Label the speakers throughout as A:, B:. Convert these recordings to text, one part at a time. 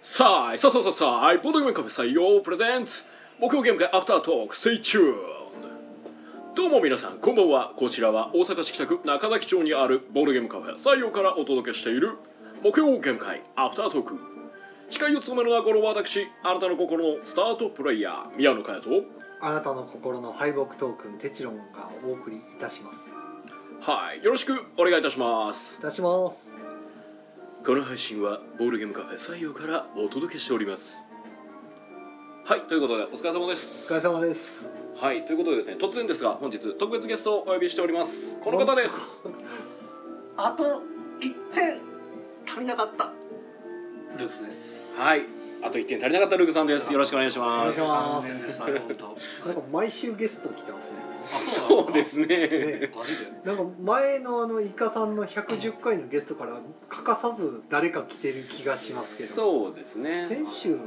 A: さあい、さあさあさあさあい、ボードゲームカフェ採用プレゼンツ、木曜ゲーム会アフタートーク、Stay tuned! どうも皆さん、こんばんは。こちらは大阪市北区中崎町にあるボードゲームカフェ採用からお届けしている、木曜ゲーム会アフタートーク。司会を務めるのはこの私、あなたの心のスタートプレイヤー、宮野佳也と、
B: あなたの心の敗北トークンテチロンがお送りいたします
A: はい、よろしくお願いいたします
B: い。たします
A: この配信はボールゲームカフェ採用からお届けしておりますはいということでお疲れ様です
B: お疲れ様です
A: はいということでですね突然ですが本日特別ゲストをお呼びしておりますこの方です
C: あと1点足りなかったルースです
A: はいあと1点足りなかったルークさんですよろしくお願いし
B: お願
A: ま
B: い
A: す
B: します
C: 残念でした本当
B: なんか毎週ゲスト来てます
A: そうです
B: ね
A: ね
B: ね
C: マジで
B: なんか前のあのイカさんの110回のゲストから欠かさず誰か来てる気がしますけど
A: そうですね
B: 先週の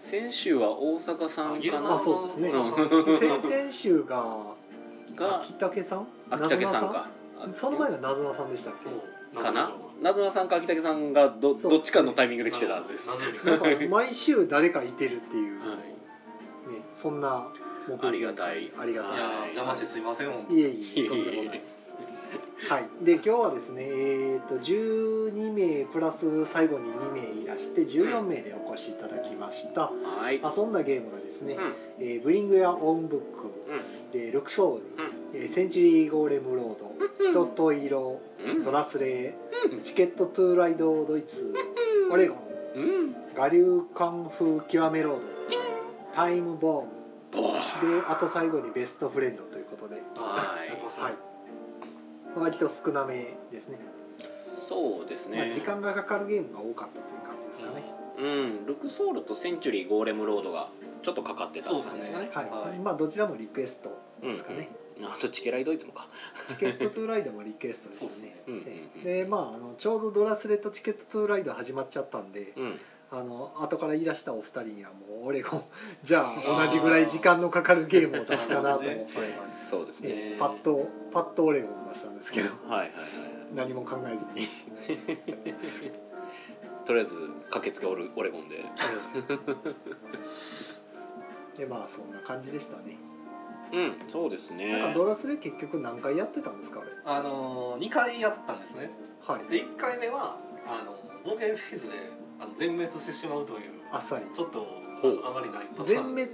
A: 先週は大阪さんか
B: あ
A: な
B: そうですね
A: う
B: 先々週が
A: が
B: 秋武さん
A: 秋武さんか
B: なずなさんその前がなずなさんでしたっ
A: かななずなさんか秋武さんがど
B: そう
A: どっちかのタイミングで来てたはずです、は
C: 謎に
B: けなんか毎週誰かいてるっ ていう、ね、
A: い、
B: そんな目
A: ありがたい
B: ありがた
C: い
B: い
C: やー
A: はい
C: 邪魔してすいません本当
B: いえいえ、とんでもない。はい、で今日はですね、えー、と12名プラス最後に2名いらして14名でお越しいただきました、
A: はい、
B: 遊んだゲームがですね
A: う、ん
B: えーブリングやオンブック、でルクソール、えーセンチュリーゴーレムロード、人と色
A: うん
B: ドラスレ
A: う
B: ーチケットトゥーライドドイツオレゴン
A: うん
B: 我流カンフー極めロードタイムボーン
A: ボー
B: であと最後にベストフレンドということで
A: はい
C: やってました
B: はい。割と少なめですね。
A: そうですね、
B: まあ時間がかかるゲームが多かったという感じですかね。
A: うんルクソールとセンチュリーゴーレムロードがちょっとかかってたんですか
C: そう
A: ね
C: ですね
B: はい。
C: はい
B: まあどちらもリクエスト
A: うんう
B: ですかね。
A: んあとチケライドイツもか
B: チケットトゥーライドもリクエストです
C: そうです
B: ね
C: ね。
A: うんうんうん
B: でまああのちょうどドラスレとチケットトゥーライド始まっちゃったんで、
A: うん
B: あの後からいらしたお二人にはもうオレゴン じゃあ同じぐらい時間のかかるゲームを出すかなと思って、
A: そうです
B: え
A: ね
B: パッとパッとオレゴンを出したんですけど
A: はいはいはい
B: 何も考えずに。
A: とりあえず駆けつけオルオレゴンで
B: でまあそんな感じでしたね。
A: うんそうです
B: なん
A: ね
B: かドラスレ結局何回やってたんですかあれ
C: あのー、2回やったんですね
B: はい
C: で1回目はあのー冒険フェーズであの全滅してしまうという
B: あっさり
C: ちょっと
A: ほう
C: あまりないパタ
B: 全
C: ーン
B: 滅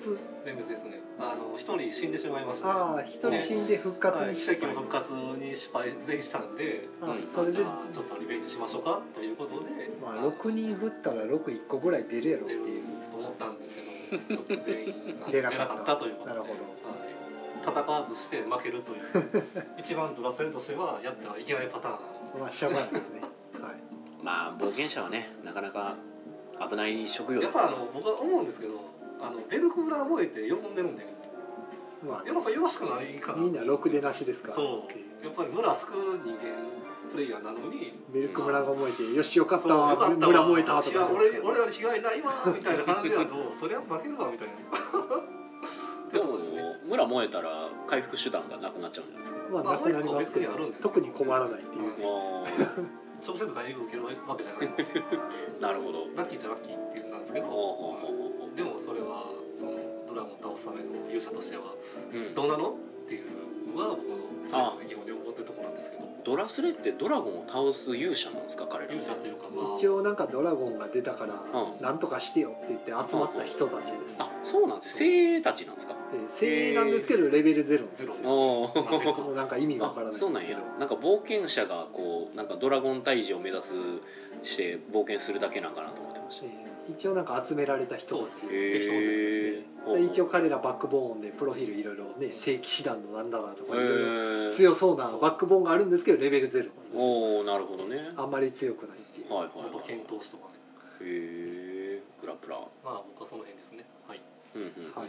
C: 全滅ですねあの1人死んでしまいまして
B: ああ一人死んで復活
C: は
B: に
C: い
B: し
C: 奇
B: て
C: 跡の復活に失敗全員したんで
B: はい
A: うん
B: それ
C: じ
B: で
C: ゃあちょっとリベンジしましょうかということで、
B: まあ6人振ったら61個ぐらい出るやろって
C: 出る
B: いう
C: と思ったんですけ どちょっと全員
B: 出
C: 出
B: な
C: な
B: かった
C: かったということで
B: なるほど
C: はい、戦わずして負けるという 一番ドラスレとしてはやってはいけないパターン
B: まあしゃばらんです ねはい
A: まあ冒険者はねなかなか危ない職業で
C: やっ
A: すか
C: ぱあ
A: ら
C: の僕は思うんですけどあのベルクラ燃えて喜んでるんだけど
B: まあ
C: 山さんよろしくないかな
B: みんな6出なしですから
C: そうやっぱり村救う人間プレイヤーなのに
B: ベルク村が燃えて「よしよかっ
C: そ
B: た
C: うよかったわ
B: 村燃えた」と
C: いや
B: か
C: 俺俺らに被害ないわみたいな感じ だとそりゃ負けるわみたいなって
A: で
C: と
A: も
C: こですね
A: 村燃えたら回復手段がなくなっちゃうんじゃないですか
B: まあなくなりますけ
C: まあもう一個別にあるん
B: ど
C: です
B: 特に困らないっていう
C: うん直接外遊受けるわけじゃないので
A: あーなるほど
C: ラッキーじゃラッキーっていうんですけど
A: おうおうおうおう
C: でもそれはそのドラゴンを倒すための勇者としては
A: うん
C: どうなのっていうのは僕の常々疑問に思ってるところなんですけど
A: ドラスレってドラゴンを倒す勇者なんですか彼ら
C: 勇者というかまあ
B: 一応なんかドラゴンが出たから
A: うん
B: なんとかしてよって言って集まった人たちです
A: あそうなんです精鋭たちなんですか
B: で精鋭なんですけどレベルゼロなんです
C: ゼロ
B: よ
A: おー
C: なぜか
B: もうなんか意味がわからない
A: あ
B: です
A: そうなん
B: け
A: や
B: ど
A: なんか冒険者がこうなんかドラゴン退治を目指すして冒険するだけなんかなと思ってました
B: えー一応なんか集められた人たち
C: そう
B: で
C: 適当ですよね
A: ほう
B: 一応彼らバックボーンでプロフィールいろいろね正規師団のなんだらとか
A: へ
B: いろいろ
A: ー
B: 強そうなバックボーンがあるんですけどレベルゼロなんですよ
A: おおなるほどね
B: あんまり強くないっていう
A: はいはい
C: 元
A: はい
C: 剣闘士とかね
A: へえグラプラ
C: まあ僕はその辺ですねはい
A: うんうんうんうん
B: はい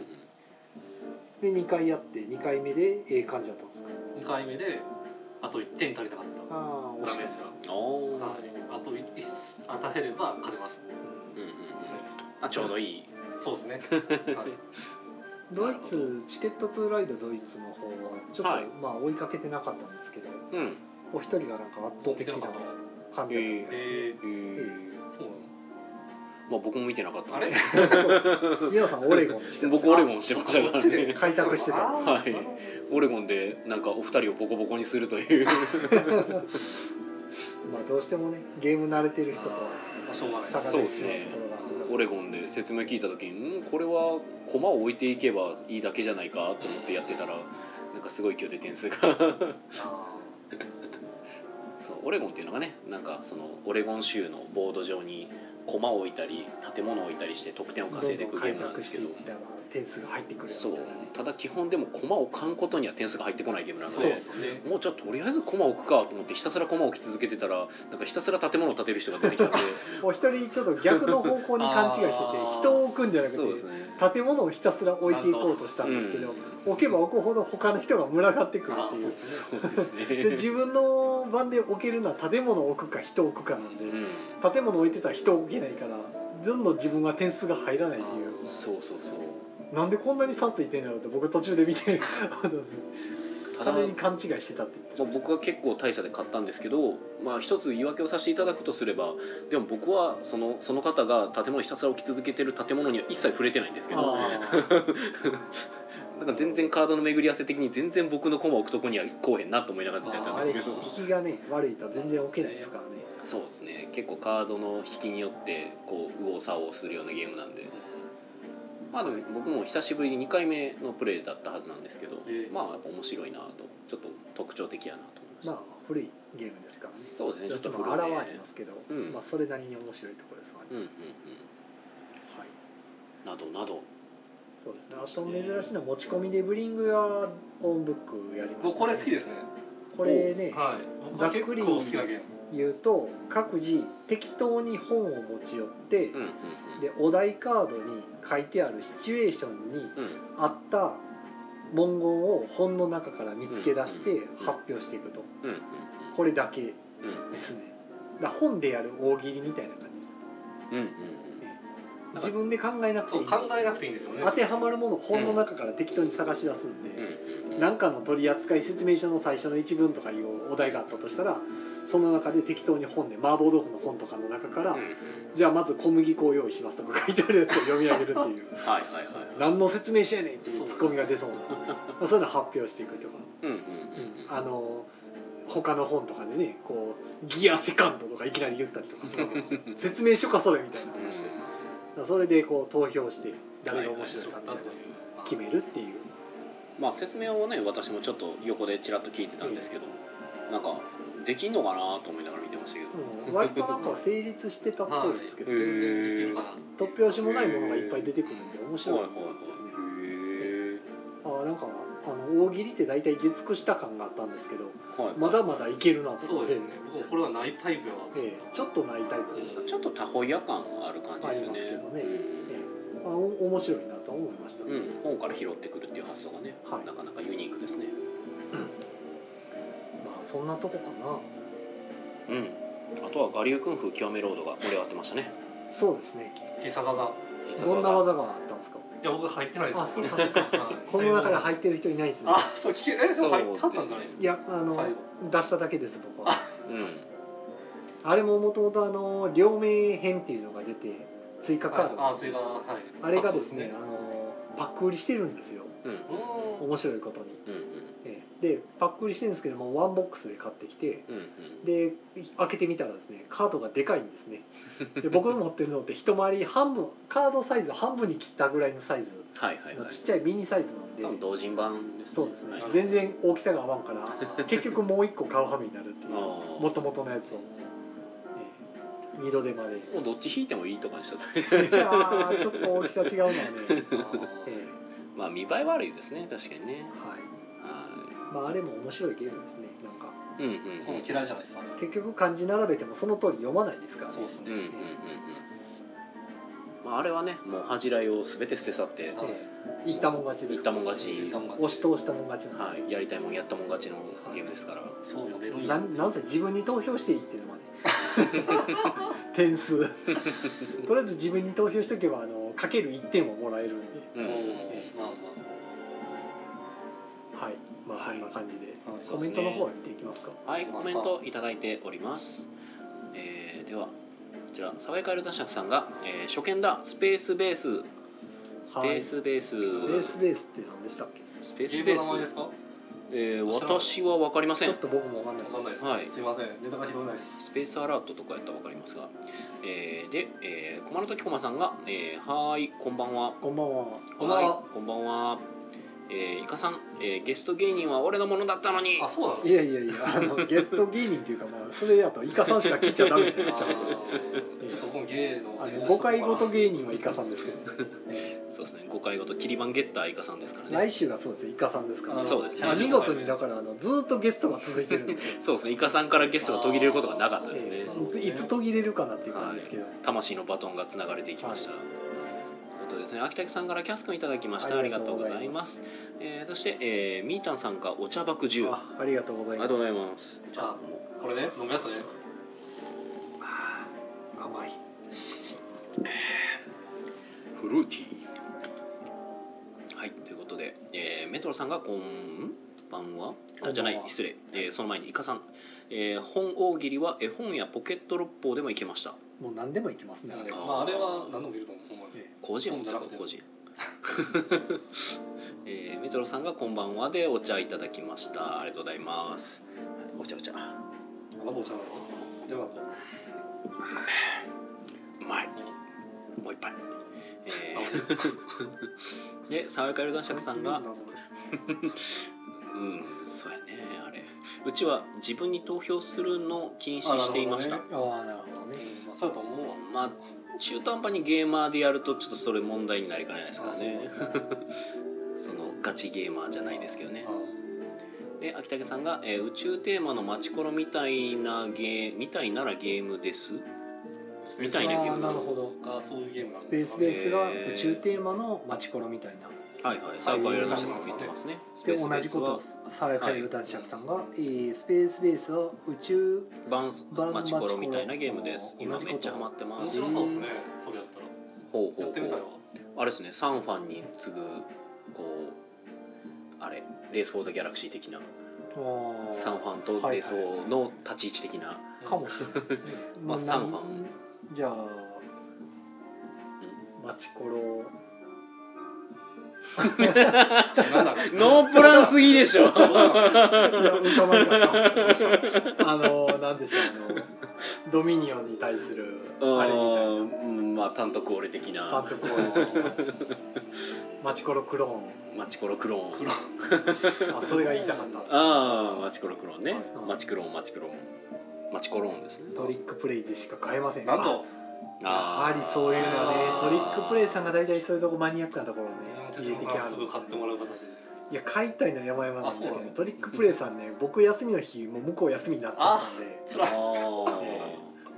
B: で2回やって2回目でええ感じだったんですか
C: 2回目であと1点足りなかった
B: ああ惜
C: ダ
B: し
C: メ
B: い
C: ージが
A: あー
C: はいあと1当たれれば勝てました
A: うんうんうんあちょうどいい
C: そうですねはい
B: ドイツチケットトゥーライドドイツの方はちょっと、
A: はい
B: まあ追いかけてなかったんですけど
A: うん
B: お一人がなんか圧倒的な
C: え
B: 感じだったんですね、
C: え
A: へー
C: そうなの
A: まあ、僕も見てなかった
C: あ
A: ん で
C: れ
B: 皆さんオレゴンして
A: 僕オレゴンしてました
C: こ
A: か
C: っ
A: ら
C: ちで
A: ね
B: 開拓してた
C: あー
A: はい
C: なるほ ど
A: オレゴンでなんかお二人をボコボコにするという
B: まあどうしてもねゲーム慣れてる人と
C: まあしょうがない
B: 差が出てしまうところがある
A: オレゴンで説明聞いた時にんこれは駒を置いていけばいいだけじゃないかと思ってやってたらなんかすごい勢いで点数が
C: あ
A: そうオレゴンっていうのがねなんかそのオレゴン州のボード上に駒を置いたり建物を置いたりして得点を稼いでい
B: どんど
A: く
B: ん
A: ゲーム
B: 開
A: なんで
B: 拓
A: す
B: し
A: け
B: て
A: ど
B: いったら点数が入ってくる
A: そう
B: みたいなね
A: ただ基本でも駒を置かんことには点数が入ってこないゲームな
C: ー
A: の
C: そう
A: で
C: ですね
A: もうじゃあとりあえず駒を置くかと思ってひたすら駒を置き続けてたらなんかひたすら建物を建てる人が出てきたんで
B: お一人ちょっと逆の方向に勘違いしてて
C: あー
B: 人を置 くんじゃなくて
A: そうですね
B: 建物をひたすら置いていこうとしたんですけど、
A: うん
B: 置けば置くほど他の人が群がってくる
C: あ
B: っ
C: ー
B: て
C: そう
B: い
C: で
B: う
C: す
A: そう
C: ね
A: です
B: で
A: ね
B: 自分の番で置けるのは建物を置くか人を置くかなんで、
A: うん
B: 建物置いてたら人置けないからどんどん自分は点数が入らないっていう
A: そうそうそう
B: なんでこんなに差ついてんだろうって僕途中で見て あの
A: ただ、
B: 完
A: ま
B: 全に勘違いしてたって言って
A: あ、僕は結構大差で買ったんですけど、まあ、一つ言い訳をさせていただくとすればでも僕はそのその方が建物ひたすら置き続けてる建物には一切触れてないんですけど
B: あー
A: なんか全然カードの巡り合わせ的に全然僕の駒を置くとこにはこうへんなと思いながらずっとやったん
B: あ
A: です
B: れ
A: けど
B: 引きがね悪いと全然置けないですからね
A: そうですね結構カードの引きによってこう右往左往するようなゲームなんでまあでも僕も久しぶりに2回目のプレイだったはずなんですけど、
C: ええ
A: まあやっぱ面白いなとちょっと特徴的やなと思いました、
B: まあ古いゲームですからね
A: そうですねちょっと
B: まあ
A: 古いね
B: 現れてますけど、
A: うん
B: まあそれなりに面白いところですわね、
A: うんうんうん
B: はい
A: などなど
B: そうですねあと珍しいのは持ち込みでブリングやオンブックやりました、ね、
C: 僕これ好きですね
B: これね
C: はい僕
B: ざっ
C: は結
B: くり
C: 構好きなゲーム
B: 言うと各自適当に本を持ち寄って、
A: うんうん
B: でお題カードに書いてあるシチュエーションに
A: うんうん
B: 合った文言を本の中から見つけ出して
A: うん
B: 発表していくと
A: うんうん
B: これだけ
A: うん
B: ですねだから本でやる大喜利みたいな感じです
A: うんうんうん
B: 自分で考えなくてい
C: そ
B: いう
C: 考えなくていいんですよね
B: 当てはまるものを本の中から適当に探し出すん
A: うん
B: で
A: うんうん
B: 何かの取扱説明書の最初の一文とかいうお題があったとしたらその中で適当に本で麻婆豆腐の本とかの中から
A: うんうん
B: じゃあまず小麦粉を用意しますとか書いてあるやつを読み上げるっていう
A: はいはいはい
B: 何の説明書やねんっていうツッコミが出そうなまあそういうの発表していくとか、
A: うんうんうんうん
B: あの他の本とかでねこうギアセカンドとかいきなり言ったりとかするわけで すよ説明書かそれみたいな話で、だからそれでこう投票して誰が面白いかっていうのを決めるっていう
A: まあ説明をね私もちょっと横でちらっと聞いてたんですけどなんかできんのかなと思いながら見てましたけど
B: うん割となんか成立してたっぽいですけど、
A: はい
B: 全然
C: できるかな
B: 突拍子もないものがいっぱい出てくるんで面白い
A: はいはいはいへ
B: あーなんかあの大喜利って大体出尽くした感があったんですけど
A: えはい
B: まだまだいけるなと
C: そ
B: 思
C: う
B: っ
C: で
B: て
C: すね僕もこれはないタイプやわ
B: ええちょっとないタイプでした
A: ちょっとタホイヤ感ある感じ
B: あ
A: です
B: り
A: よね
B: ますけどね、
A: うん
B: ええまあ、お面白いなと思いました、ね
A: うん、本から拾ってくるっていう発想がね、
B: はい
A: なかなかユニークですね。
B: まあそんなとこかな
A: うん、あとは我流君風極めロードが盛り上がってましたね。
B: そうですね
C: 必殺技
A: 必殺
B: どんな
A: 技
B: 技があったんですか
C: いや僕入ってないです
B: あ
C: よ
B: そ
C: こ
B: う
C: れ
B: かそうか この中で入ってる人いないですね
C: あそう聞けえでも入ったんじゃないですか
B: いやあの
C: 最
B: 出しただけです僕は
A: うん、
B: あれももともとあの両名編っていうのが出て追加カード
C: ああそれがはい
B: あれがですねあのパック売りしてるんですよ
A: うん、うん、
C: うん
B: 面白いことに、
A: うん、
B: ええでパック売りしてるんですけどもワンボックスで買ってきて
A: うん、
B: で開けてみたらですねカードがでかいんですねで僕の持ってるのって一回り半分カードサイズ半分に切ったぐらいのサイズ
A: はい、はい、はい。
B: ちっちゃいミニサイズなんで
A: 多分同人版です、ね。
B: そうですね、
A: はい、
B: 全然大きさが合わ んから結局もう一個買うはめになるってい
A: あ
B: う
A: ー
B: もともとのやつを、えー二度手間 で
A: もうどっち引いてもいいとかにしちゃった。
B: いやーちょっと大きさ違うのはね、え
C: あ
A: まあ、見栄え悪いですね、確かにね。
B: ーはい
A: は
B: まあ、あれも面白いゲームですねなんか
A: い。うん、うん、
C: ー
A: う
C: こ
A: ん、
C: の嫌いじゃないですか
B: 結局漢字並べてもその通り読まないですから
C: そうですね
A: うん、うん、うん、うん。まあ、あれはね、もう恥じらいをすべて捨て去って、
B: えー言ったもん勝ちで
A: 言っ
B: す
A: たもん勝ち。
B: 押し通したもん勝ちなんで
A: はい、やりたいもんやったもん勝ちのゲームですから。
C: そうよメロン
B: なんなんせ自分に投票していいっていうの はね点数とりあえず自分に投票しとけばあのかける1点をもらえるんで、
A: うん、
C: まあま
B: はいまあそんな感じで、
C: はい
B: コメントの方は見ていきますか
A: はい、コメントいただいております。えーでは、ちら沢井カエル男爵さんが、えー初見だスペースベーススペースベース、
B: ベースベースって何でしたっけ
A: スペー
C: ゲ
A: ス
C: ーム
A: ベ
C: の名前
A: ー
C: で
A: ス
C: すかわ
A: えー私は分かりませ
B: ちょ
A: ん
B: っと僕もわかんないで
C: かんないです、
A: はい
C: すいませんネタが広くないです
A: スペースアラートとかやったら分かりますが、えーで、えー、駒の時駒さんが「えーはーいこんばんは」
B: こんばんは
C: こんばんは
A: はいこんばんは」えー「イカさん、えーゲスト芸人は俺のものだったのに
C: あそうなの
B: いやいやいやあのゲスト芸人っていうかまあ それだとイカさんしか切っちゃダメっ てなっちゃう
C: あーちょっと僕も芸の
B: あ
C: 練習
B: の
C: して
B: 誤解ごと
C: 芸
B: 芸人はイカさんですけど、ね、」
A: そうですね誤解ごとキリバンゲッターイカさんですからね
B: 来週がそうですよイカさんですから
A: そうですね
B: まあ見事にだからあのずーっとゲストが続いてるんで、
A: そうですねイカさんからゲストが途切れることがなかったですね
B: ええいつ途切れるかなっていう感じですけど、
A: 魂のバトンがつながれていきました、
B: は
A: あとですね、秋田さんからキャス君いただきましたあ
B: あ
A: り
B: り
A: が
B: が
A: とう
B: とう
A: ご
B: ご
A: ざ
B: ざ
A: い
B: い
A: ま
B: ます
A: えーそして、えー、みーたんさんがお茶爆汁あ
B: あありがとうご
A: り
B: ざい
A: が
B: ます
A: とうございます
C: じゃあこれね飲むやつねあー甘い
D: フルーティー
A: はいということで、えーメトロさんがこんばんはあ
B: こんばんは
A: じゃない失礼、えーその前にイカさん、えー本大喜利は絵本やポケット六法でもいけました
B: もう何でもいきますね
C: な
B: あ
C: ん
B: れ
C: で
A: あ
C: ま
A: ー
C: ああれは何度もいると思うほんまに
B: え
A: 個人持ってこ
C: 本じゃなくて
A: 個人えーメ トロさんがこんばんはでお茶いただきましたありがとうございますお茶お茶う
C: あどうしたのでは
A: まいもう一杯えーで沢井カエル男爵さんがうんそうやねあれうちは自分に投票するのを禁止していました、
C: あなるほどね
B: ああなるほどね
C: うんまあそうやと思うわ
A: まあ中途半端にゲーマーでやるとちょっとそれ問題になりかねないですからねそのガチゲーマーじゃないですけどねで秋武さんが、えー宇宙テーマのマチコロみたいなゲーみたいならゲームです」みたいです
B: あ
A: よ
B: あ
A: ね
B: なるほど
C: がそういうゲームなん
B: スペ
C: で
B: ー
C: す
B: ス
C: か
B: ベ
C: ね
B: ースが宇宙テーマの街コロみたいな
A: はいはい最後はやらなさんも言ってますねスペ
B: で
A: ース
B: 同
A: ベー
B: じ
A: ス
B: こと
A: は
B: をサヤカイル男爵さんが、えースペースベースは宇宙
A: バン
B: バン
A: マチコロみたいなゲームで
B: マチ
A: す
B: コロ
A: 今めっちゃハマってま
C: 面
A: す
C: 白そうですねそれやったら
A: ほうほ
C: やっ
A: う
C: て
A: ほ
C: みたいうわ
A: あれですねサンファンに次ぐこうあれレース・フォー・ザ・ギャラクシー的なサンファンとレース王の立ち位置的な、
B: かもしれ ないですね
A: まあ、
B: もう
A: サン
B: 何
A: ファン
B: じゃあ街コロ
C: なんだろう
A: ノープランすぎで しょ
B: いや浮かばなかった あのなんでしょうあのドミニオンに対するあれみたいな
A: うんまあ単独俺的
B: パン
A: な
B: とコロマチコロクロ
A: マチコロクローン
B: ーンあそれが言いたかった
A: ああマチコロクローンね
B: うん
A: マチクローンマチクローンマチコローンですね
B: トリックプレイでしか買えません
C: なんと
B: やはりそういうのはね
A: あー
B: トリックプレイさんが大体そういうとこマニアックなところをね
C: 手
B: 入れてき
C: 島さ
B: は
C: んすぐ買って
B: る
C: もらう形で
B: いや買いたいのは山々なんですけ
C: あそう
B: ど
C: なの
B: トリックプレイさんね僕休みの日もう向こう休みになっちゃったんで
C: つらい
A: あ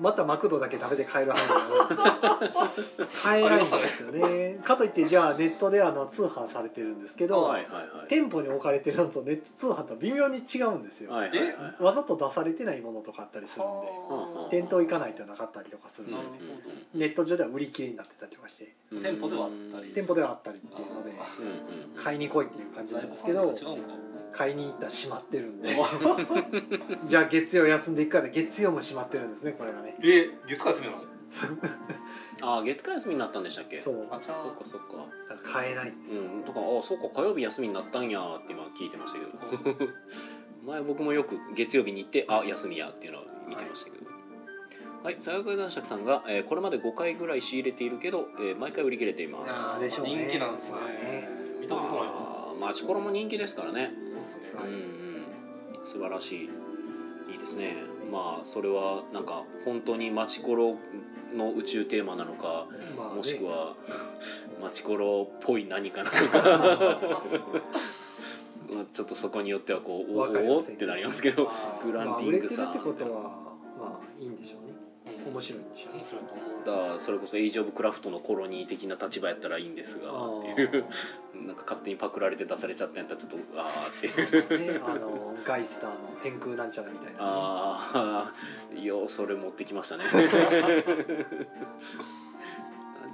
B: またマクドだけ食べて帰るはず買えないんですよ ねかといってじゃあネットであの通販されてるんですけ
A: あ
B: ど、
A: はいはいはい
B: 店舗に置かれてるのとネット通販とは微妙に違うんですよ、
A: はいはいはい
C: え
B: わざと出されてないものとかあったりするん
A: はあ
B: で店頭行かないとなかったりとかする
A: うん
B: の
A: うん
B: で、
A: う
B: ネット上では売り切れになってたりとかして
A: ん
C: 店舗ではあったり
B: 店舗ではあったりっていうので
A: うんうんうん
B: 買いに来いっていう感じなんですけど
C: 違うんか
B: 買いに行ったら閉まってるんで じゃあ月曜休んでいくから月曜も閉まってるんですねこれがね
C: え月火休みなの
A: ああ月火休みになったんでしたっけ
B: そ
A: そう
B: う
C: あじゃ
A: そっ
C: あ
A: かそっか
B: だから買えないんですよ、
A: うん、とかあそうか火曜日休みになったんやって今聞いてましたけど前僕もよく月曜日に行ってあ休みやっていうのを見てましたけどはい佐賀男爵さんが、えーこれまで5回ぐらい仕入れているけど、えー毎回売り切れていま
B: いや
A: す
B: ーでしょうね
C: 人気なんですね
B: まあね
C: 見たことないわ
A: あーまあチコロも人気ですからね
C: そうっすね
A: うんうん素晴らしいいいですねまあそれはなんか本当にマチコロの宇宙テーマなのか
B: まあね
A: もしくは マチコロっぽい何かなのかまあちょっとそこによってはこうお
B: わかり
A: お
B: ま
A: っ
B: せん
A: てなりますけど
C: あー
A: ブランディングさ
B: まあ、売れてるってことはまあいいんでしょうね
C: うん
B: 面白いんでしょうね
C: 面白いと思う
A: だからそれこそエイジ・オブ・クラフトのコロニー的な立場やったらいいんですがっていう なんか勝手にパクられて出されちゃったんやったらちょっとああっていう
B: あーねあのガイスターの天空なんちゃらみたいな
A: ああようそれ持ってきましたね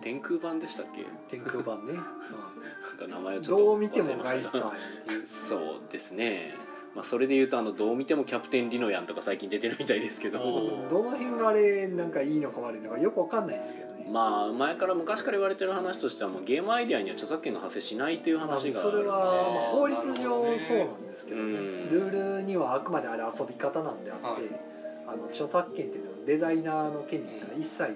A: 天空版でしたっけ
B: 天空版ね、
A: なんか名前を
B: うん
A: ちょっと
B: どう見て
A: 忘れ
B: も
A: ま
B: ガ
A: し
B: イス
A: た
B: ター
A: が
B: やっていう
A: そうですねまあ、それでいうとあのどう見てもキャプテンリノヤンとか最近出てるみたいですけど
D: お
B: どの辺があれなんかいいのか悪いのかよくわかんないですけどね、
A: まあ前から昔から言われてる話としてはもうゲームアイデアには著作権が発生しないという
B: まあそ
A: 話がある
B: れはまあ法律上
C: なる
B: そう
C: ほどね
B: なんですけ
A: う
B: ど、
A: ん
B: ルールにはあくまであれ遊び方なんであって、
C: はい
B: あの著作権っていうのはデザイナーの権利っていうのは一切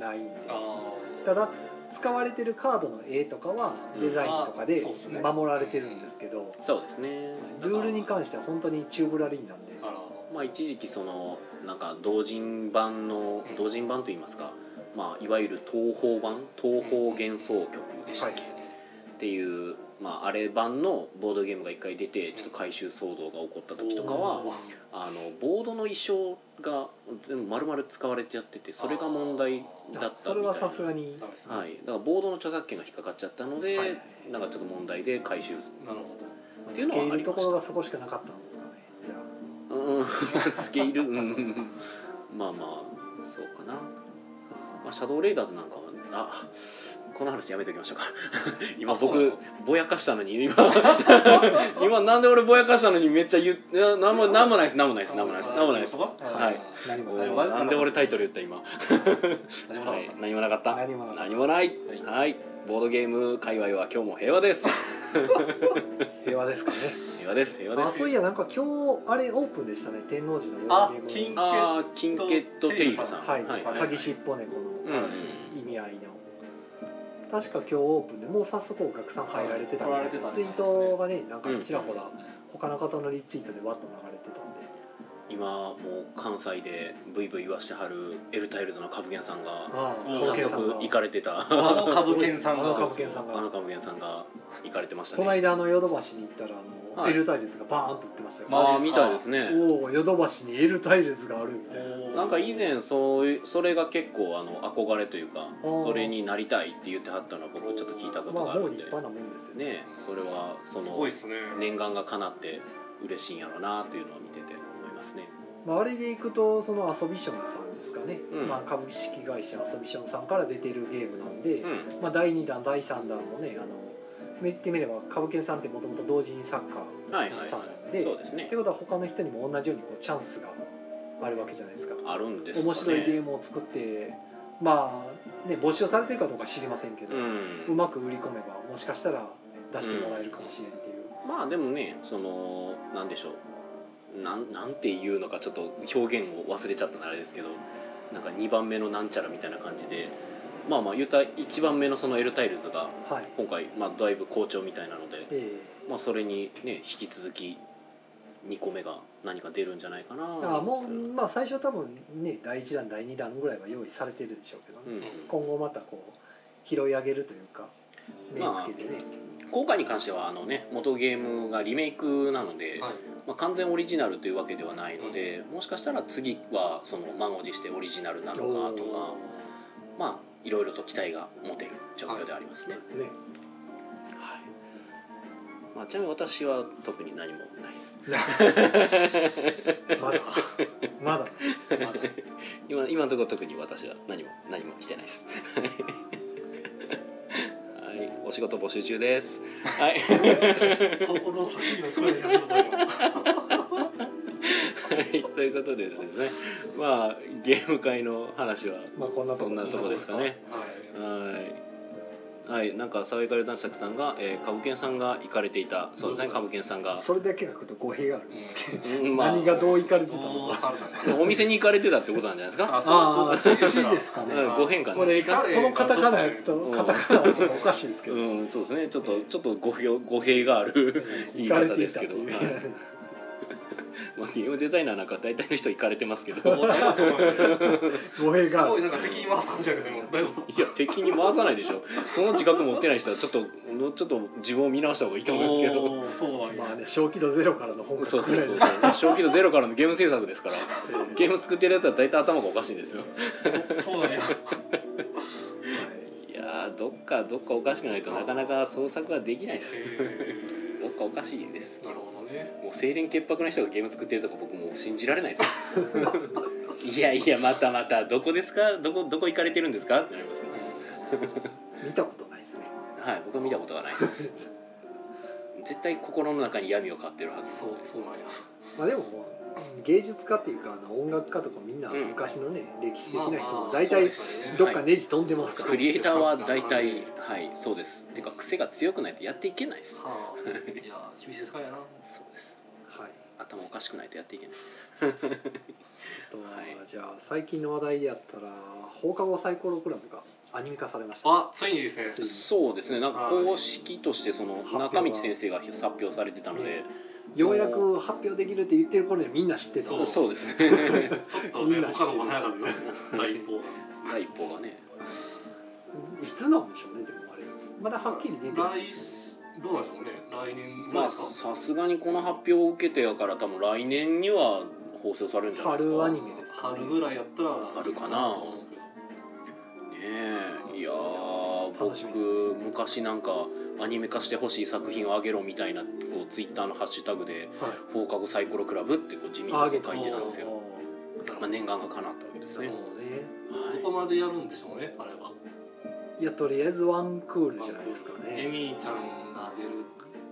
B: ないんで、
C: あ
B: ただ使われてるカードの絵とかはデザインとか
C: う
B: で
C: んあそうっすね
B: 守られてるんですけど、
A: そうですね
B: ルールに関しては本当にチューブラリンなんで
C: ああら
A: まあ、一時期そのなんか同人版の
C: うん
A: 同人版といいますか、まあ、いわゆる東宝版東宝幻想曲でしたっけ、っていう、まあ、あれ版のボードゲームが一回出てちょっと回収騒動が起こった時とかは
B: おー
A: あのボードの衣装が全部丸々使われちゃっててそれが問題だったみたいな
B: それはさすがに
C: ダメですね
A: はい、だからボードの著作権が引っかかっちゃったので、
C: はい
A: なんかちょっと問題で回 収
C: なるほ
A: っていう
B: つ
A: のは
B: け
A: ありました
B: 入るところがそこしかなかったんですかねじゃ
A: うんつけ入るうんまあまあそうかな、まあ、シャドウレイダーズなんかはあこの話やめておきましょうか 今
C: あそう
A: 僕
C: なの
A: ぼやかしたのに今 今なんで俺ぼやかしたのにめっちゃ言ってなんもなんもないですなんもないですなんもないですなんもないです
C: は
B: あ
A: はい
B: 何も
A: お
B: ない
A: ーなんで俺タイトル言った今
C: 何もな
A: は
C: かっ
A: い、何もなかった
B: 何もなかった
A: いはい、ボードゲーム界隈は今日も平和です
B: 平和ですかね
A: 平和です平和
B: あ
A: です
B: そういやなんか今日あれオープンでしたね天王寺の
C: た
B: ボードゲーム
C: 金
A: ああキンケットテイルさん
B: はい、
A: はい
C: はい
B: 鍵しっぽ猫の
A: うんうん
B: 意味合いの確か今日オープンでもう早速お客さん入られてたんで
C: はい来られてたみた
B: ツ
C: い
B: イ
C: で
B: ー
C: すね
B: トがねなんかちらほ
A: う
B: ら他の方のリツイートでわっと流れてたんで
A: 今もう関西でブイブイ言わしてはるエルタイルズの株券さんが
B: あ
C: うん
A: 早速行かれてたあ
C: あの株券さん
B: あの
C: が
B: 株券さん
A: の
B: が
A: 株券さんが行かれてました
B: この
A: ね
B: 間あのヨドバシに行ったらあの、
A: はい
B: エルタイルズがバーンと売ってましたよ、
C: マジ
A: あ
C: っす
A: あ
C: か
A: みたいですね
B: おおヨドバシにエルタイルズがあるみたいな
A: なんか以前そういうそれが結構あの憧れというか
B: ー
A: それになりたいって言ってはったのは僕ちょっと聞いたこと
B: ま
A: が
B: あ
A: あ
B: も
A: る
B: うん立
A: で
B: 派なもんですよね
A: ねそれはそ
C: す
A: の
C: ごいっすね
A: 念願が叶って嬉しいんやろうなというのを見てて思いますね
B: まあ、あれでいくとその遊びションさんですかね、
A: うん
B: まあ、株式会社遊びションさんから出てるゲームなんで、
A: うん
B: まあ、第2弾第3弾もねあの言ってみれば株券さんってもともと同人作家
A: はいはい
B: さ
A: は
B: ん
A: い
B: で
A: そうですね
B: ってことは他の人にも同じようにこうチャンスがあるわけじゃないですか
A: あるんですかね
B: 面白いゲームを作ってまあね募集されてるかどうか知りませんけど、
A: う
B: うんまく売り込めばもしかしたら出してもらえるかもしれんっていう、
A: まあでもねそのなんでしょうなんなんていうのかちょっと表現を忘れちゃったのあれですけどなんか2番目のなんちゃらみたいな感じでまあまあ言うた1番目のそのエルタイルズが
B: はい
A: 今回、まあ、だいぶ好調みたいなので、
B: え
A: まあ、それにね引き続き2個目が何か出るんじゃないかな
B: えあもうまあ最初多分ね第1弾第2弾ぐらいは用意されてるでしょうけどね、
A: うん
B: 今後またこう拾い上げるというか目つけてね、
A: 今回に関してはあのね元ゲームがリメイクなので、
C: はい
A: まあ、完全オリジナルというわけではないので、もしかしたら次はその満を持してオリジナルなのか
B: おー
A: とかまあいろいろと期待が持てる状況でありますね、はい
B: ね
A: まあ、ちなみに私は特に何もないです
B: まだまだ
C: まだ
A: 今今のところ特に私は何も何もしてないです はいお仕事募集中 ですはい
C: この先の声がするぞ今
A: はい、ということでですねまあゲーム会の話は
B: まあこんなと
A: そ
B: こ
A: んなとこですかね
C: はい
A: はいはいなんか沢井から男爵さんが、えー、株券さんが行かれていたそうですね株券さんが、
B: それだけがくと語弊があるんですけど、
A: うんまあ、
B: 何がどういかれてたの
C: どう
B: か
C: されたの
A: でもお店に行かれてたってことなんじゃないですか
B: ああ
C: そう
B: 地
C: そうそう
B: ですかね
A: うんご変換
B: これこのカタカナやった
A: うん
B: カタカナはちょっとおかしいですけど、
A: うんそうですねちょっとちょっと語弊語弊がある言い
B: 行
A: 方
B: かれて
A: で
B: い
A: す
B: た
A: け
B: って
A: ど、
B: い
A: は
B: う、
A: いまあ、ゲームデザイナーなんか大体の人行かれてますけど
C: もう大丈夫
B: 語弊
C: す
B: があ
C: ごい
B: る
C: なんか敵に回す感じだけどもう大丈夫そう
A: いや敵に回さないでしょその自覚持ってない人はちょっともうちょっと自分を見直した方がいいと思うんですけど
C: おーそうなんや
B: まあね正気度ゼロからの本
A: そう
B: 格
A: そ
B: く
A: う
B: らい
A: そう
B: で
A: そう正気度ゼロからのゲーム制作ですからゲーム作ってるやつは大体頭がおかしいんですよ
C: そそうなんや
A: いやーどっかどっかおかしくないとなかなか創作はできないです
C: え
A: どっかおかしいです
C: ーなるほどね
A: もう清廉潔白な人がゲーム作ってるとか僕もう信じられないですいやいやまたまたどこですかどこどこ行かれてるんですかってなりますよね
B: 見たことないですね
A: はい僕は見たことがないです絶対心の中に闇を飼ってるはず
C: そうそうなんや
B: まあでも芸術家っていうかあの音楽家とかみんな昔のね、歴史的な人
C: まあま
B: も
C: あ
B: 大体
C: そうですね
B: どっかネジ飛んでますから、
A: クリエイターは大体はいそうですてか癖が強くないとやっていけないです
C: はあいや厳しい世界やな
A: そうです
B: はい
A: 頭おかしくないとやっていけないです
B: あとは
A: はい
B: じゃあ最近の話題でやったら放課後サイコロクラブがアニメ化されました
C: あついにですね
B: ついに
A: そうですねなんか公式としてその
B: 発表
A: 中道先生が発表されてたので
B: ようやく発表できるって言ってる頃にはみんな知ってた
C: そう
A: そうですね
C: ちょっとね他のも早かった第一歩
A: 第一報がね
B: いつなんでしょうねでもあれまだはっきり出てない
C: 来しどうなんでしょうね来年
A: まあ
C: ですか
A: さすがにこの発表を受けてやから多分来年には放送されるんじゃないですか
B: 春アニメですかね
C: 春ぐらいやったら
A: 春かな
C: と思うけど
A: ねえいやー
B: 楽しみです
A: 僕昔なんかアニメ化してほしい作品をあげろみたいなこうツイッターのハッシュタグで
B: はい
A: 「放課後サイコロクラブ」ってこう地味に
B: あ
A: 書
B: あ
A: いて
B: げ
A: た
B: た
A: ん
C: 書い
A: ですよ、
B: そ
A: まあ、念願が叶ったわけです
B: う
A: ね、
B: ね
A: はい
C: どこまでやるんでしょうねあれはい
B: やとりあえずワンクールじゃないですか
C: エ
B: ね
C: ミーちゃんが出る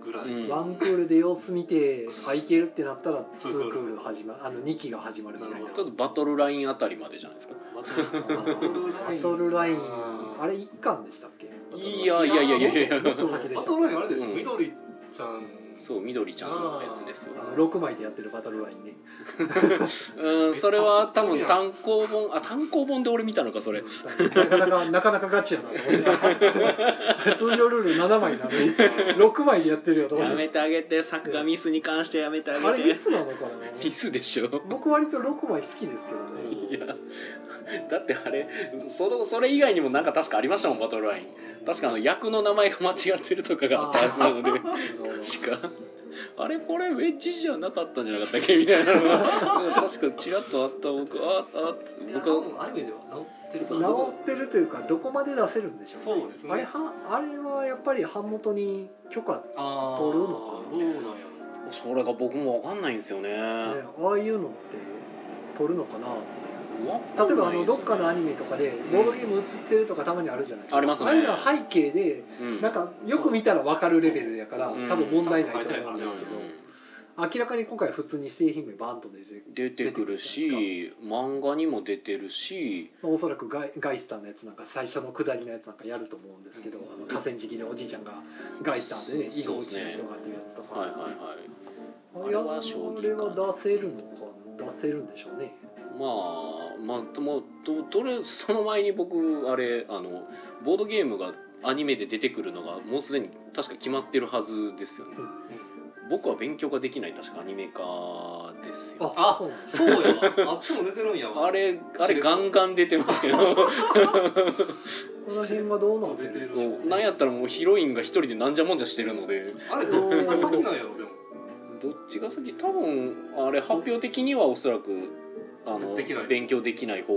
C: ぐらい、
A: うん
B: ワンクールで様子見てあいけるってなったら
C: ツ
B: ツ
C: ークー
B: ー
C: ル
B: クール始まるあの2期が始まるみたいな
C: なる
A: ちょっとバトルラインあたりまでじゃないですか
C: バトル
B: バトルラインあ
C: れ
B: れ1巻でしたっけ
A: いやいやいやいやいや
B: もっと先で
C: バ
B: した
C: トルラインあれでし
A: う
C: ょ、
A: ん
C: みどりちゃん
A: そうみどりちゃんのやつですよ
B: あの6枚でやってるバトルラインね
A: うんそれは多分単行本あ単行本で俺見たのかそれ
B: なかなかなかなかガチやなと思って通常ルール7枚なのに6枚でやってるよと思っ
A: や
B: て
A: めてあげて作画ミスに関してやめてあ
B: あ
A: げ
B: れミ
A: て
B: スなのかな
A: ミスでしょ
B: 僕割と6枚好きですけどね
A: いやだってあれそのそれ以外にもなんか確かありましたもんバトルライン確かあの役の名前が間違ってるとかがあったはずな ので確かあれこれウェッジじゃなかったんじゃなかったっけみたいなの がうん確かちらっとあった僕ああ
C: いや
A: 僕
C: 多
A: は
C: 分アニメでは治ってるから
B: 治ってるというかどこまで出せるんでしょう
C: そうですね
B: あれはあれはやっぱり版元に許可、ね、
C: あー
B: 取るのかな
C: どうなんや
A: それが僕も分かんないんですよね
B: ああいうのって取るのかなって例えばあのどっかのアニメとかでボードゲーム映ってるとかたまにあるじゃないですか
A: ありますね
B: あいうのは背景で
A: うん
B: なんかよく見たら分かるレベルやから
A: うん
B: 多分問題ないと
C: う
B: 思うん
C: ん
B: ですけど
A: うん
B: 明らかに今回普通に製品名バンと出て
A: 出てくるし漫画にも出てるし
B: まあおそらくガイガイスターのやつなんか最初の下りのやつなんかやると思うんですけど、
C: うん
B: あの河川敷でおじいちゃんがガイスターでね囲碁打ちの人がっていうやつとか、
A: はいはいはい
B: あ
A: あれは将棋か
B: あれは出せるのかな出せるんでしょうね
A: まあまあともとどれその前に僕あれあのボードゲームがアニメで出てくるのがもうすでに確か決まってるはずですよね、僕は勉強ができない確かアニメ化ですよ
B: あそうなんです
C: そうやわあっちも出てるんやわ
A: あれあれガンガン出てますけど
B: この辺はどうなって
C: 出て
B: る
C: る
A: もうなんやったらもうヒロインが一人でなんじゃもんじゃしてるので
C: あれどっちが先なんやろでも
A: どっちが先多分あれ発表的にはおそらくあの
C: できない
A: 勉強できない方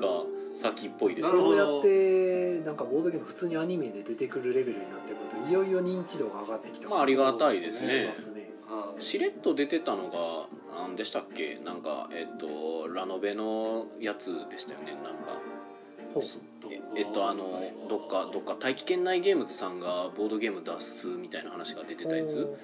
A: が先っぽいです
C: なる
B: そ
C: ほ
B: う
C: ど
B: やってなんかボードゲーム普通にアニメで出てくるレベルになってくるといよいよ認知度が上がってきた
A: まあありがたいです
C: ね
B: しますね
C: あー
A: しれっと出てたのが何でしたっけなんかえっとラノベのやつでしたよねなんか
B: ほう
A: ええっとあのどっかどっか大気圏内ゲームズさんがボードゲーム出すみたいな話が出てたやつ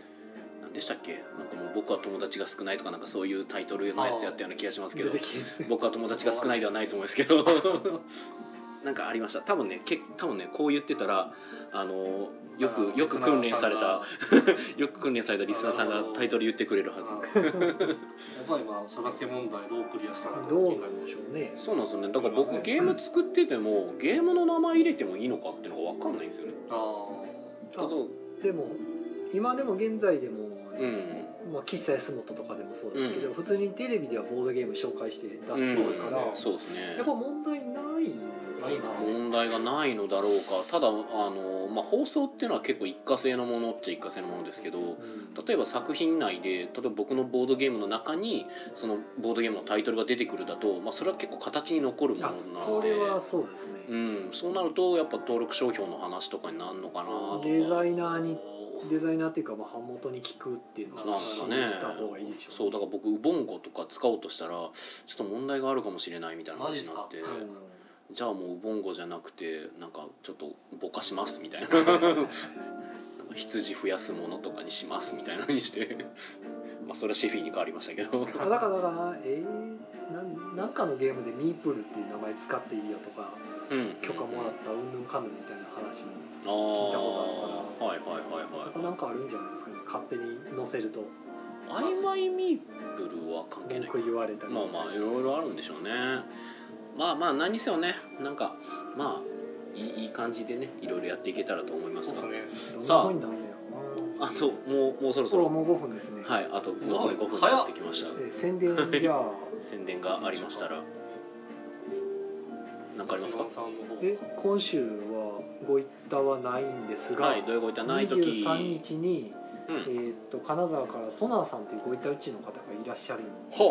A: 何でしたっけなんかもう僕は友達が少ないとかなんかそういうタイトルのやつやったような気がしますけ
B: 出
A: ど
B: てき
A: 僕は友達が少ないではないと思うんですけど なんかありました多分ねけ多分ねこう言ってたらあのよくよく訓練されたよく訓練されたリスナーさんがタイトル言ってくれるはず
C: やっぱりまあ佐々木問題どうクリアしたのか
B: どうなんでしょうね
A: そうなんですよねだから僕ゲーム作っててもゲームの名前入れてもいいのかっていうのが分かんないんですよね
C: あ
A: ただう
B: でも今でも現在でも、
A: ん
B: まあ、喫茶安本とかでもそうですけど、
A: うん
B: 普通にテレビではボードゲーム紹介して出して
A: う
B: る
A: ん
B: から、
C: うん
A: そうですね
B: やっぱ問題ないのか
C: ないですかね
A: 問題がないのだろうかただあの、まあ、放送っていうのは結構一過性のものっちゃ一過性のものですけど
B: うん
A: 例えば作品内で例えば僕のボードゲームの中にそのボードゲームのタイトルが出てくるだと、まあ、それは結構形に残るものな
B: あ
A: ので
B: それはそうです
A: う
B: ね、
A: ん、そうなるとやっぱ登録商標の話とかになるのかなとか
B: デザイナーに
C: ー
B: デザイナーっていうか、まあ、版元に聞くっていうの
C: なん
B: は
C: すか
A: ね
B: 聞いた方がいいでしょ
A: そうだ
B: ね
A: から僕ウボンゴとか使おうとしたらちょっと問題があるかもしれないみたいな話になって
C: マジっすか
A: じゃあもうウボンゴじゃなくてなんかちょっとぼかしますみたいな
B: うん
A: 羊増やすものとかにしますみたいなのにして まあそれはシェフィーに変わりましたけど
B: あだからだからえー、なんなんかのゲームでミープルっていう名前使っていいよとか
A: うん
B: 許可もらったうんぬんかんぬんみたいな話も
A: あー
B: 聞いたことあるから
A: はいはいはい
B: な
A: は
B: んかあるんじゃないですかね勝手に載せると
A: い曖昧ミープルは関係ない
B: 文
A: か
B: 句言われたり
A: まあまあいろいろあるんでしょうねまあまあ何にせよねなんかまあいいいい感じでねいろいろやっていけたらと思いますが さあ
B: どんな本になんだよ
A: あそうもうもうそろそ
B: これ
A: ろ
B: もう5分ですね、
A: はいあと残り5分に
C: 早っ
A: なってきました
B: えー宣伝じゃあ
A: 宣伝がありましたら何かありますか
C: さんの方
B: え今週はご一家はないんですが、
A: はいどういうごいたない時
B: 23日に、
A: う
B: え
A: ん
B: ー、と金沢からソナーさんというご一家うちの方がいらっしゃるんです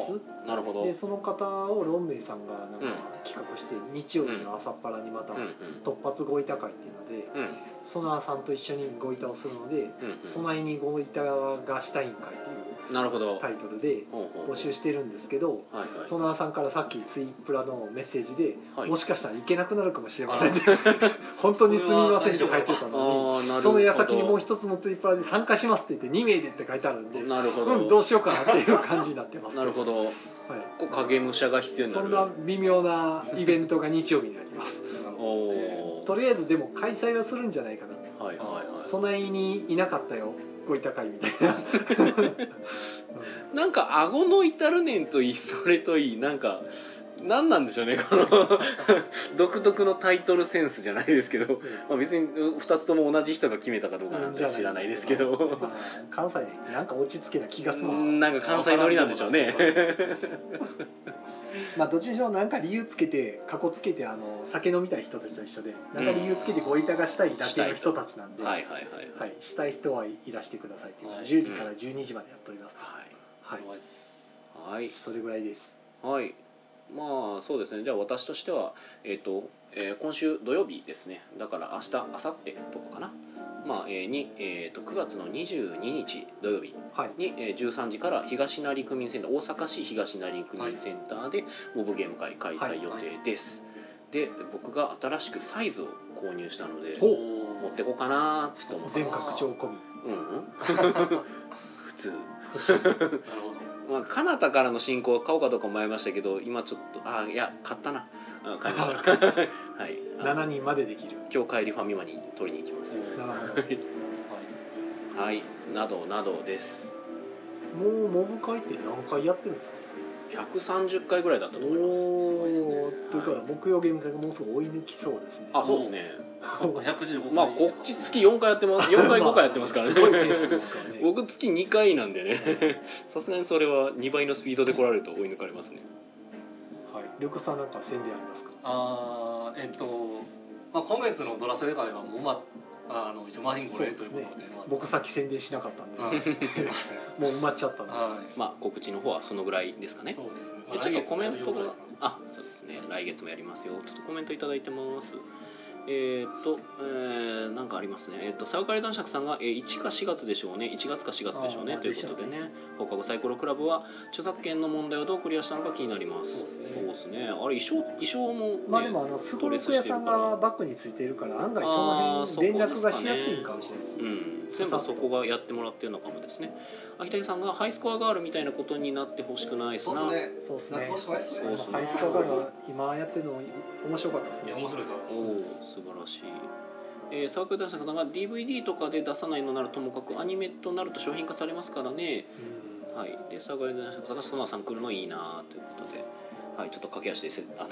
A: なるほどうん
B: でその方をロンメイさんがなんか
A: うん
B: 企画して日曜日の朝っぱらにまた
A: うん
B: 突発ごいた会っていうので、
A: うん
B: ソナーさんと一緒にごいたをするので
A: うん
B: 「備えにごいたがしたいんかい」っていう
A: うんなるほど
B: タイトルで
A: ほうほう
B: 募集してるんですけど
A: はいはい
B: ソナーさんからさっきツイプラのメッセージで「
A: はい
B: もしかしたらいけなくなるかもしれません」って 本当にすみません」って書いてたの
A: ああな
B: に
A: る
B: そ
A: ほ
B: の矢先にもう
A: ど
B: 一つのツイプラで「参加します」って言って2名でって書いてあるんで
A: なるほ
B: うんど
A: ど
B: うしようかなっていう感じになってます
A: なるほど
B: はい
A: こう影武者が必要にな
B: そ
A: る
B: んな微妙なイベントが日曜日にあります。
A: おお
B: とりあえずでも開催はするんじゃないかな。
A: はいはいはい
B: 備えにいなかったよ。ごいたかいみたいな。
A: なんか顎の至るねんといいそれといいなんか何なんでしょうねこの 独特のタイトルセンスじゃないですけど、まあ、別に2つとも同じ人が決めたかどうかなんて知らないですけど
B: まあ関西なんか落ち着けな気がする
A: う
B: な。
A: んなんか関西乗りなんでしょう ね
B: まあどっちにしろなんか理由つけて過去つけてあの酒飲みたい人たちと一緒でなんか理由つけてごいたがしたいだけの人たちなんで。
A: はいはいはい
B: はいしたい人はいらしてくださいっていうのは
C: はい
B: 10時から12時までやっております、
A: は
B: はい
A: いはい
B: それぐらいです
A: はい、まあそうですねじゃあ私としては、えーとえー今週土曜日ですねだから明日明後日とかかな、まあえーにえー、と9月の22日土曜日
B: はい
A: に、えー13時から東成区民センター大阪市東成区民センターでモブゲーム会開催予定です、で僕が新しくサイズを購入したので
B: ほう
A: 持ってこうかなと思って
B: 全拡張込み
A: うんうん 普通
C: なるほど
A: まあ、かなたからの進行買おうかどうか迷いましたけど今ちょっとあいや買ったなあ買いま した はいあの
B: 7人までできる
A: 今日帰りファミマに取りに行きます
B: なるほど
A: はいなどなどです
B: もうモブ会って何回やってるんですか
A: 130回ぐらいだったと思います
B: お
C: ごいっすね
B: ーということは木曜ゲーム会がもうすぐ追い抜きそうですね
A: あそうですね
C: はい百十五
A: まあこっち月4回やってます4回5回やって ますから
B: すごい
A: ね
B: ペースですから ね
A: 僕月2回なんでね さすがにそれは2倍のスピードで来られると追い抜かれますね
B: はい緑子さんなんか宣伝ありますか
C: あーえっと、まあ、今月のドラセレ会はもうまああの一応満員御礼ということで
B: そう
C: まあ
B: 僕さっき宣伝しなかったんで、
C: はいすいません
B: もう埋まっちゃったんで、
C: はい
A: まあ告知の方はそのぐらいですかね
C: そうですね
A: でちょっとコメントが
C: です
A: あそうですね来月もやりますよちょっとコメントいただいてますえーっと、えーなんかありますねえーっとさよかり男爵さんが、えー1か4月でしょうね1月か4月でしょう
B: あ
A: ね
B: ー
A: ということでね放課後サイコロクラブは著作権の問題をどうクリアしたのか気になります
C: そうですね
A: そうですねあれ衣装衣装も、ね
B: まあでもあのストレス屋さんがバッグについてるから案外その辺連絡がしやすいんかもしれないです
A: う
B: ね
A: ん、全部そこがやってもらってるのかもですね秋竹さんがハイスコアガールみたいなことになってほしくないです
C: そう
A: な
C: ですね
B: そうです
C: なん
B: ね
C: かそうです
A: そう
C: ね
A: っすね
B: ハイスカガが今やってるの面白かったです
C: い
B: ね
C: や面白いですよ
A: おお素晴らしい、えー、沢倉大作さんが DVD とかで出さないのならともかくアニメとなると商品化されますからね
B: うん
A: はいで沢倉大作さんが「ソナーさん来るのいいな」ということで、はい、ちょっと駆け足でせ あの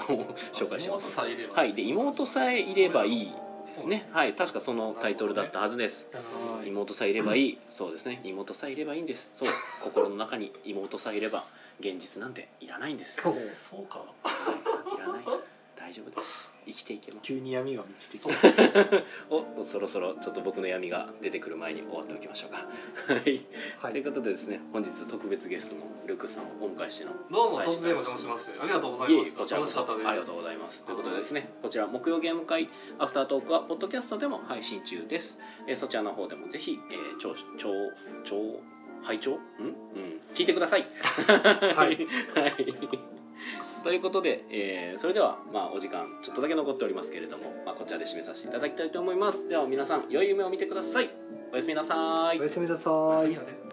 A: 紹介してます
C: 妹さえいれば
A: はいで妹さえいればいいですねはい確かそのタイトルだったはずです
B: はい
A: 妹さえいればいいそうですね妹さえいればいいんですそう心の中に妹さえいれば現実なんていらないんです
B: そう
C: そうか
A: はいいらないです大丈夫です生きていけます
B: 急に闇が満ちてきた
A: おそろそろちょっと僕の闇が出てくる前に終わっておきましょうか。はい、
B: は
A: という
B: い
A: ことでですね本日特別ゲストのルクさんをお迎えしての
C: どうも突然お邪魔しましてありがとうござい
A: いえ
C: ま
A: いえ
C: した
A: こちらこ
C: 楽しか
A: そ
C: ったです
A: ありがとうございますということでですねこちら木曜ゲーム会アフタートークはポッドキャストでも配信中です、えーそちらの方でもぜひ、えー、聴聴聴 拝聴んうん聞いてください
B: はい
A: はいということで、えーそれでは、まあ、お時間ちょっとだけ残っておりますけれども、まあ、こちらで締めさせていただきたいと思いますでは皆さん良い夢を見てくださいおやすみなさい
B: おやすみなさ
C: おやす
B: い
C: みなさい